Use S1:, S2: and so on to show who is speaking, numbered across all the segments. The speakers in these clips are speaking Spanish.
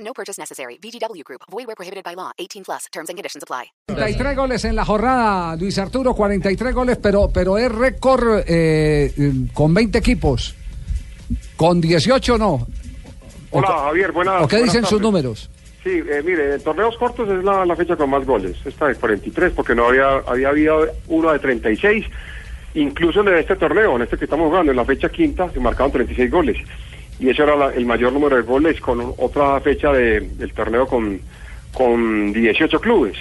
S1: No purchase necessary. VGW Group. Void where prohibited by law. 18 plus. Terms and conditions apply.
S2: 43 goles en la jornada, Luis Arturo, 43 goles, pero, pero es récord eh, con 20 equipos. Con 18 no. ¿O
S3: Hola
S2: co-
S3: Javier, buenas
S2: ¿O qué
S3: buenas
S2: dicen sus
S3: tardes.
S2: números?
S3: Sí, eh, mire, en torneos cortos es la, la fecha con más goles, esta de 43, porque no había, había habido uno de 36, incluso en este torneo, en este que estamos jugando, en la fecha quinta se marcaron 36 goles, y eso era la- el mayor número de goles con otra fecha de- del torneo con, con 18 clubes.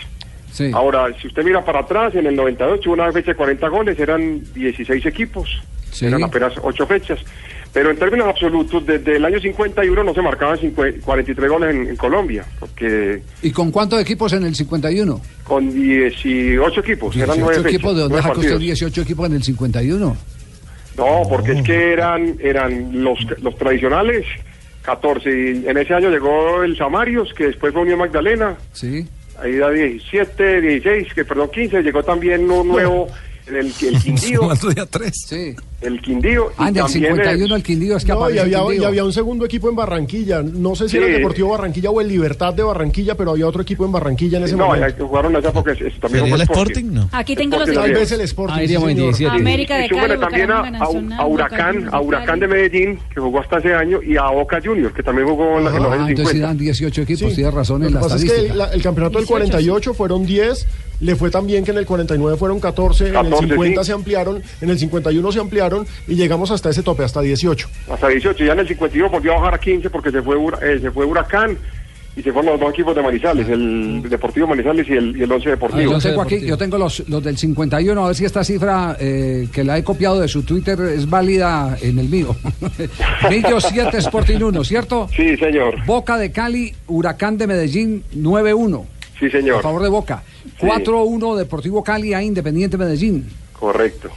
S2: Sí.
S3: Ahora, si usted mira para atrás, en el 98 hubo una fecha de 40 goles, eran 16 equipos,
S2: Sí.
S3: eran apenas 8 fechas. Pero en términos absolutos, desde el año 51 no se marcaban 50 43 goles en, en Colombia, porque
S2: ¿Y con cuántos equipos en el 51?
S3: con 18 equipos, Pues eran 9 fechas.
S2: equipos, ¿de dónde
S3: nueve
S2: saca usted
S3: partidos.
S2: 18 equipos en el 51?
S3: No, porque es que eran, eran los, los tradicionales 14. Y en ese año llegó el Samarios, que después fue Unión Magdalena,
S2: Sí.
S3: Ahí da 17, 16, que perdón, 15. Llegó también un nuevo, el, el Quindío.
S2: Sí.
S3: el Quindío.
S2: Ah, en el
S3: también
S2: 51 el Quindío es que
S4: No, y
S2: aparece el
S4: había,
S2: Quindío.
S4: y había un segundo equipo en Barranquilla. No sé si
S3: Sí.
S4: era el Deportivo Barranquilla o el Libertad de Barranquilla, pero había otro equipo en Barranquilla en ese
S3: No, ya
S4: momento.
S3: que jugaron allá porque es- es- también jugó
S5: ¿Sería el Sporting? No.
S6: Aquí tengo los
S3: Porque
S4: Tal
S3: Javier.
S4: vez el Sporting.
S5: Ah,
S4: sí,
S5: iríamos
S4: señor.
S5: 17.
S6: América
S3: Y
S6: de Cali,
S3: súmele también a,
S6: Bucaramanga,
S3: a-
S6: Nacional,
S3: a Huracán,
S6: Boca
S3: a Huracán de
S6: Juniors,
S3: Medellín, que jugó hasta ese año, y a Boca Juniors, que también jugó en, la- en los
S2: Ah,
S3: años
S2: entonces
S3: 50.
S2: eran 18
S4: Ah, Sí.
S2: equipos, Pues tienes razón
S4: Lo
S2: en
S4: que
S2: la
S4: pasa es que
S2: estadística.
S4: el, la- el campeonato del 48 fueron 10, le fue tan bien que en el 49 fueron 14, en
S3: 14,
S4: el 50
S3: sí.
S4: se ampliaron, en el 51 se ampliaron y llegamos hasta ese tope, hasta 18.
S3: Hasta 18. Ya en el 52 volvió a bajar a 15 porque se fue, Hura- eh, se fue Huracán y se fueron los dos equipos de Manizales, el Deportivo Manizales y el, y el Once
S2: Ah,
S3: Deportivo.
S2: yo, tengo aquí, yo tengo los, los del 51, a ver si esta cifra eh, que la he copiado de su Twitter es válida en el mío. Millo 7 Sporting 1, ¿cierto?
S3: Sí, señor.
S2: Boca de Cali, Huracán de Medellín 9-1,
S3: Sí,
S2: a
S3: señor.
S2: favor de Boca. 4-1 Deportivo Cali a Independiente Medellín.
S3: Correcto.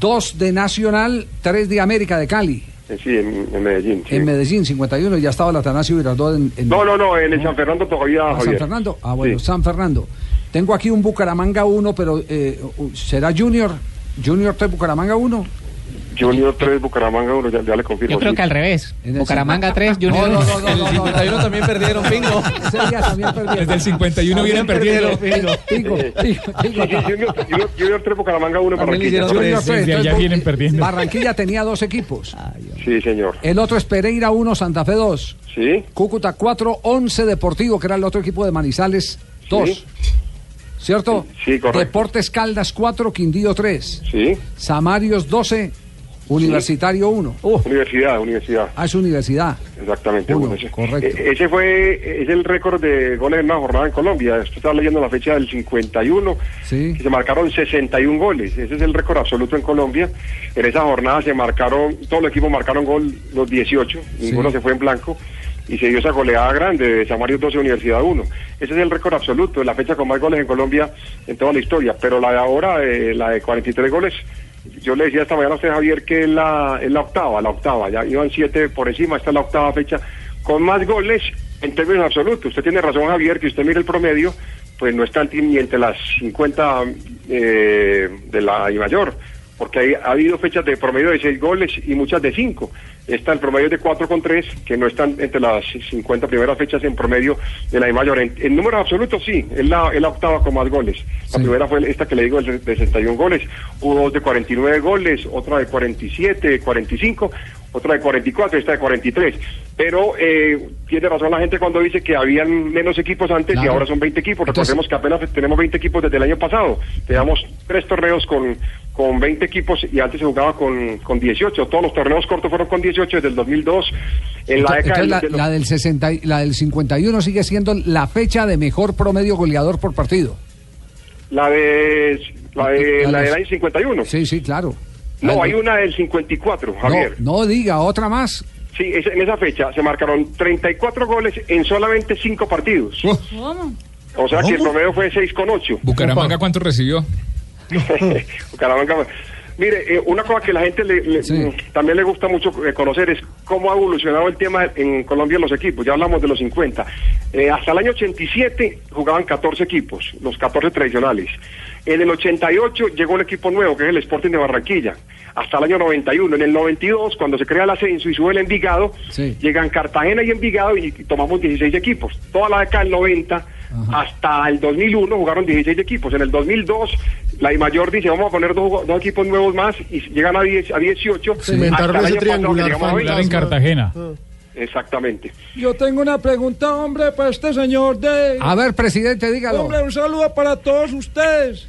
S2: 2 de Nacional, 3 de América de Cali.
S3: Eh, Sí, en, en Medellín. sí.
S2: En Medellín 51 ya estaba el Atanasio Girardot en, en-
S3: No, no, no, en el San Fernando todavía.
S2: ¿A San
S3: Javier.
S2: Fernando. Ah, bueno,
S3: Sí.
S2: San Fernando. Tengo aquí un Bucaramanga 1, pero eh, ¿será Junior? ¿Junior 3 Bucaramanga 1?
S3: Junior 3, Bucaramanga 1, ya, ya le confirmo.
S7: Yo creo
S3: sí.
S7: que al revés.
S2: En el
S7: Bucaramanga 3, Junior
S2: No, no, no, no,
S5: En el 51 también perdieron, pingo.
S2: Ese día también perdieron.
S5: Desde el 51 vienen perdiendo.
S2: Digo, digo, digo,
S3: Sí, sí, Junior, Junior, Junior 3, Bucaramanga 1,
S5: También le hicieron
S3: Barranquilla.
S2: Junior
S5: tres.
S2: tres,
S7: desde
S2: entonces,
S7: allá vienen
S2: eh,
S7: perdiendo.
S2: Barranquilla tenía dos equipos.
S3: Sí, señor.
S2: El otro es Pereira 1, Santa Fe 2.
S3: Sí,
S2: Cúcuta 4, 11 Deportivo, que era el otro equipo de Manizales 2.
S3: Sí.
S2: ¿Cierto?
S3: Sí, correcto.
S2: Deportes Caldas 4, Quindío 3.
S3: sí.
S2: Samarios 12, Universitario 1. Uh,
S3: Universidad, universidad.
S2: a su universidad.
S3: Exactamente.
S2: Uno,
S3: uno, ese.
S2: correcto.
S3: E- ese fue es el récord de goles en una jornada en Colombia. Esto está leyendo la fecha del 51,
S2: Sí.
S3: que se marcaron 61 goles. Ese es el récord absoluto en Colombia. En esa jornada se marcaron, todos los equipos marcaron gol los 18, ninguno se fue en blanco. Y se dio esa goleada grande de Samarios 12, Universidad 1. Ese es el récord absoluto, la fecha con más goles en Colombia en toda la historia. Pero la de ahora, eh, la de 43 goles, yo le decía esta mañana a usted, Javier, que es la, es la octava, la octava, ya iban siete por encima, esta es la octava fecha, con más goles en términos absolutos. Usted tiene razón, Javier, que usted mira el promedio, pues no está anti- ni entre las 50 eh, de la I mayor, porque hay- ha habido fechas de promedio de seis goles y muchas de cinco. Esta, el promedio es de 4 con 3, que no están entre las 50 primeras fechas en promedio de la I mayor. En, en números absolutos, sí, es la, es la octava con más goles. La
S2: Sí.
S3: primera primera fue esta que le digo, el de 61 goles, hubo dos de 49 goles, otra de 47, de 45, otra de 44, esta de 43. Pero eh, tiene razón la gente cuando dice que habían menos equipos antes y
S2: Claro.
S3: ahora son 20 equipos.
S2: Entonces-
S3: Recordemos que apenas tenemos 20 equipos desde el año pasado. Tenemos tres torneos con, con 20 equipos y antes se jugaba con, con 18. Todos los torneos cortos fueron con 18 desde el 2002. En la
S2: Entonces,
S3: década
S2: entonces
S3: del-
S2: la,
S3: de los-
S2: la del 60, y- la del 51 sigue siendo la fecha de mejor promedio goleador por partido.
S3: la de... La, de,
S2: La
S3: la
S2: de-
S3: del año 51.
S2: Sí, sí, claro. Ah,
S3: No,
S2: La-
S3: hay una del 54, Javier.
S2: No, no diga, otra más.
S3: Sí, es- en esa fecha se marcaron 34 goles en solamente 5 partidos.
S6: ¿Cómo?
S3: O sea que el promedio fue 6 con 8.
S7: Bucaramanga, ¿cuánto recibió?
S3: Bucaramanga. Mire, eh, una cosa que la gente le- le-
S2: Sí.
S3: también le gusta mucho eh, conocer es cómo ha evolucionado el tema en Colombia en los equipos. Ya hablamos de los 50. Eh, hasta el año 87 jugaban 14 equipos, los 14 tradicionales. En el 88 llegó un equipo nuevo, que es el Sporting de Barranquilla. Hasta el año 91. En el 92, cuando se crea el ascenso y sube el Envigado,
S2: Sí.
S3: llegan Cartagena y Envigado y tomamos 16 equipos. Toda la década del 90 hasta el 2001 jugaron 16 equipos. En el 2002 la I Mayor dice vamos a poner dos, jugo- dos equipos nuevos más y llegan a, 10, a 18.
S4: Se inventaron
S3: Hasta el
S4: ese
S3: año pasado que
S4: triangular
S3: llegamos a
S4: fantasma.
S3: 20.
S7: En Cartagena.
S3: Exactamente.
S5: Yo tengo una pregunta, hombre, para este señor de...
S2: A ver, presidente, dígalo.
S5: Hombre, un saludo para todos ustedes.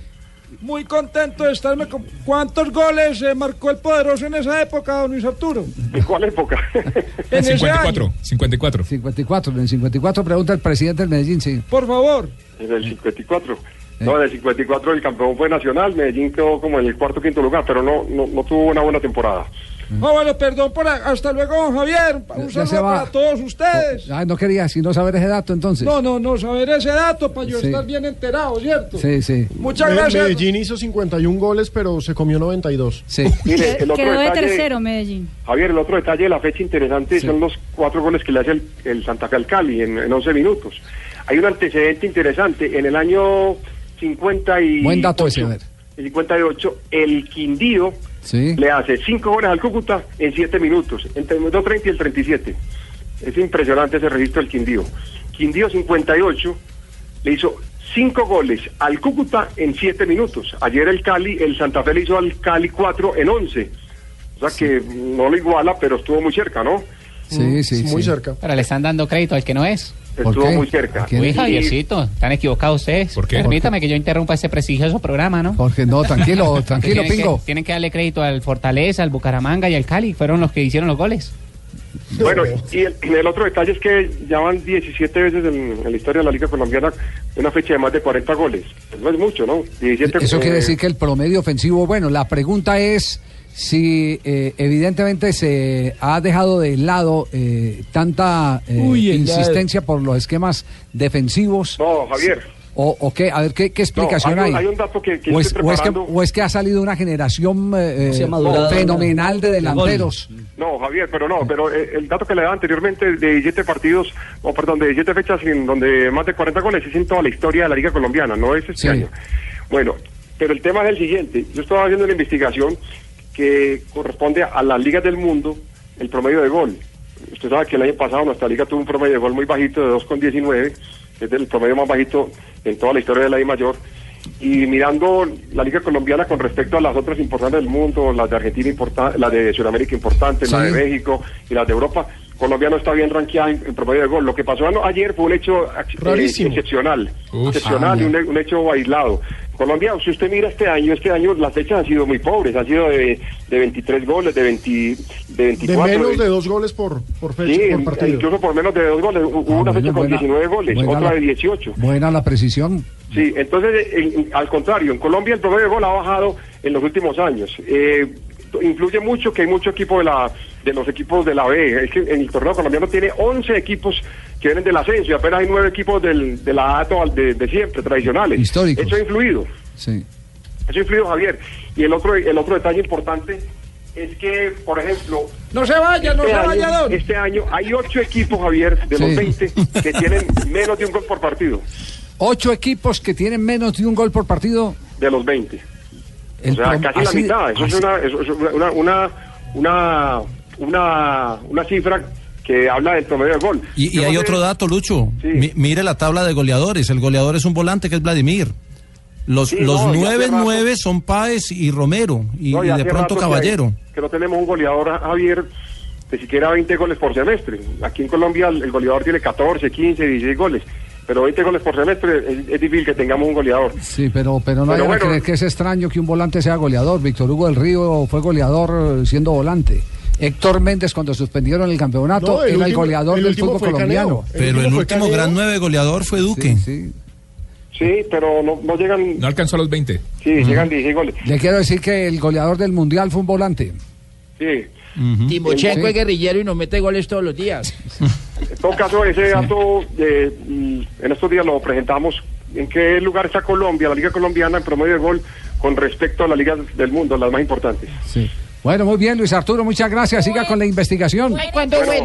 S5: Muy contento de estarme con... ¿Cuántos goles eh, marcó el poderoso en esa época, don Luis Arturo?
S3: ¿En cuál época?
S5: En ese
S7: 54,
S5: año.
S7: 54.
S2: 54, en el 54 pregunta el presidente del Medellín, sí.
S5: Por favor.
S3: en el 54. No, en el 54 el campeón fue Nacional, Medellín quedó como en el cuarto quinto lugar, pero no, no, no tuvo una buena temporada.
S5: Ah, bueno, perdón, por a- hasta luego, don Javier. Un
S2: Ya se
S5: saludo
S2: va.
S5: para todos ustedes.
S2: Ah, no quería, si no saber ese dato, entonces.
S5: No, no, no, saber ese dato para yo
S2: Sí.
S5: estar bien enterado, ¿cierto?
S2: Sí, sí,
S5: Muchas
S4: Me-
S5: gracias.
S4: Medellín hizo 51 goles, pero se comió 92.
S2: sí.
S3: Mire, el
S6: Quedó
S3: otro
S6: de
S3: detalle-
S6: tercero Medellín.
S3: Javier, el otro detalle de la fecha interesante son los cuatro goles que le hace el, el Santa Fe al Cali en, en 11 minutos. Hay un antecedente interesante. En el año 50 y...
S2: Buen dato ese, a ver.
S3: El 58, el Quindío
S2: Sí.
S3: le hace cinco goles al Cúcuta en 7 minutos, entre el minuto 30 y el 37. Es impresionante ese registro del Quindío. Quindío 58 le hizo cinco goles al Cúcuta en 7 minutos. Ayer el Cali, el Santa Fe le hizo al Cali 4 en 11. O sea que no lo iguala, pero estuvo muy cerca, ¿no?
S2: Sí, sí,
S4: Muy
S2: sí.
S4: cerca.
S8: Pero le están dando crédito al que no es.
S2: ¿Por
S3: Estuvo
S2: qué?
S3: muy cerca.
S2: ¿A quién?
S8: Uy,
S3: Y-
S8: Javiercito, están equivocados ustedes.
S7: ¿Por qué?
S8: Permítame que yo interrumpa este prestigioso programa, ¿no?
S2: Jorge, no, tranquilo, tranquilo,
S8: tienen
S2: Pingo.
S8: Que, tienen que darle crédito al Fortaleza, al Bucaramanga y al Cali. Fueron los que hicieron los goles.
S3: Bueno, y el, y el otro detalle es que ya van 17 veces en, en la historia de la Liga Colombiana una fecha de más de 40 goles. Pues No es mucho, ¿no? 17,
S2: Eso quiere
S3: eh,
S2: decir que el promedio ofensivo, bueno, la pregunta es si eh, evidentemente se ha dejado de lado eh, tanta eh,
S5: Uy, el lado.
S2: insistencia por los esquemas defensivos.
S3: No, Javier.
S2: O, o qué, a ver, ¿qué, qué explicación
S3: hay
S2: hay?
S3: un- hay un dato que- que
S2: o,
S3: estoy
S2: es, o es que,
S3: preparando.
S2: o es que ha salido una generación eh,
S5: Se ha madurado.
S2: fenomenal de delanteros.
S3: No, Javier, pero no, pero eh, el dato que le daba anteriormente de 17 partidos, o perdón, de 17 fechas en donde más de 40 goles es en toda la historia de la Liga Colombiana, no es este
S2: Sí.
S3: año. Bueno, pero el tema es el siguiente. Yo estaba haciendo una investigación que corresponde a las ligas del mundo, el promedio de gol. Usted sabe que el año pasado nuestra liga tuvo un promedio de gol muy bajito de 2,19, que es el promedio más bajito en toda la historia de la I mayor. Y mirando la liga colombiana con respecto a las otras importantes del mundo, las de Argentina importantes, las de Sudamérica importantes, las
S2: Sí.
S3: de México y las de Europa, Colombia no está bien rankeada en, en promedio de gol. Lo que pasó ano- ayer fue un hecho ac- eh,
S4: Rarísimo.
S3: excepcional,
S7: Uf,
S3: excepcional y un, un hecho aislado. Colombia, si usted mira este año, este año las fechas han sido muy pobres, han sido de, de 23 goles, de 20, de
S4: De
S3: 24.
S4: menos de dos goles por, por fecha,
S3: Sí,
S4: por partido.
S3: incluso por menos de dos goles.
S2: Ah,
S3: Hubo una
S2: bueno,
S3: fecha con
S2: buena-
S3: 19 goles,
S2: buena
S3: otra
S2: la-
S3: de 18.
S2: Buena la precisión.
S3: Sí, entonces, en- en- al contrario, en Colombia el promedio de gol ha bajado en los últimos años. Eh, influye mucho que hay mucho equipo de la de los equipos de la B. Es que en el torneo colombiano tiene 11 equipos que vienen del ascenso y apenas hay 9 equipos del, de la A to- de, de siempre, tradicionales.
S2: Históricos.
S3: Eso ha influido.
S2: Sí.
S3: Eso ha influido, Javier. Y el otro, el otro detalle importante es que, por ejemplo,
S5: No se vaya, no
S3: este
S5: se vaya,
S3: año,
S5: don.
S3: este año hay 8 equipos, Javier, de los
S2: Sí.
S3: 20 que tienen menos de un gol por partido.
S2: Ocho equipos que tienen menos de un gol por partido.
S3: De los 20.
S2: El
S3: o sea,
S2: prom-
S3: casi la
S2: así-
S3: mitad. Eso es
S2: así-
S3: una, eso es una, una, una, una, una cifra que habla del promedio de gol.
S9: Y, y
S3: Yo
S9: hay
S3: no sé-
S9: otro dato, Lucho.
S3: Sí.
S9: Mi- mire la tabla de goleadores. El goleador es un volante que es Vladimir. Los,
S3: Sí,
S9: los
S3: no, ya
S9: nueve,
S3: hace rato.
S9: nueve son Páez y Romero. Y,
S3: No,
S9: y
S3: ya
S9: de
S3: hace rato que
S9: pronto
S3: hay-
S9: Caballero.
S3: Que, no tenemos un goleador, Javier, de siquiera 20 goles por semestre. Aquí en Colombia el el goleador tiene 14, 15, 16 goles. Pero 20 goles por semestre es, es difícil que tengamos un goleador.
S2: Sí, pero, pero no
S3: Pero
S2: hay que
S3: bueno.
S2: creer que es extraño que un volante sea goleador. Víctor Hugo del Río fue goleador eh, siendo volante. Héctor Méndez, cuando suspendieron el campeonato,
S4: No, el
S2: era el
S4: último-
S2: goleador
S4: el
S2: del
S4: último
S2: fútbol
S4: fue
S2: colombiano.
S4: Caneo. El
S9: Pero
S4: último
S9: el
S4: fue
S9: último
S4: Caneo.
S9: gran nueve goleador fue Duque.
S2: Sí, sí.
S3: Sí, pero no, no llegan.
S7: No alcanzó a los 20.
S3: Sí, llegan 16 goles.
S2: Le quiero decir que el goleador del Mundial fue un volante.
S3: Sí.
S6: Timochenko
S2: Sí.
S6: es guerrillero y nos mete goles todos los días.
S3: En todo caso, ese dato eh, mm, en estos días lo presentamos. ¿En qué lugar está Colombia, la Liga Colombiana, en promedio de gol con respecto a las ligas del mundo, las más importantes?
S2: Bueno, muy bien, Luis Arturo, muchas gracias. Siga con la investigación.
S6: ¿Cuándo vuelve?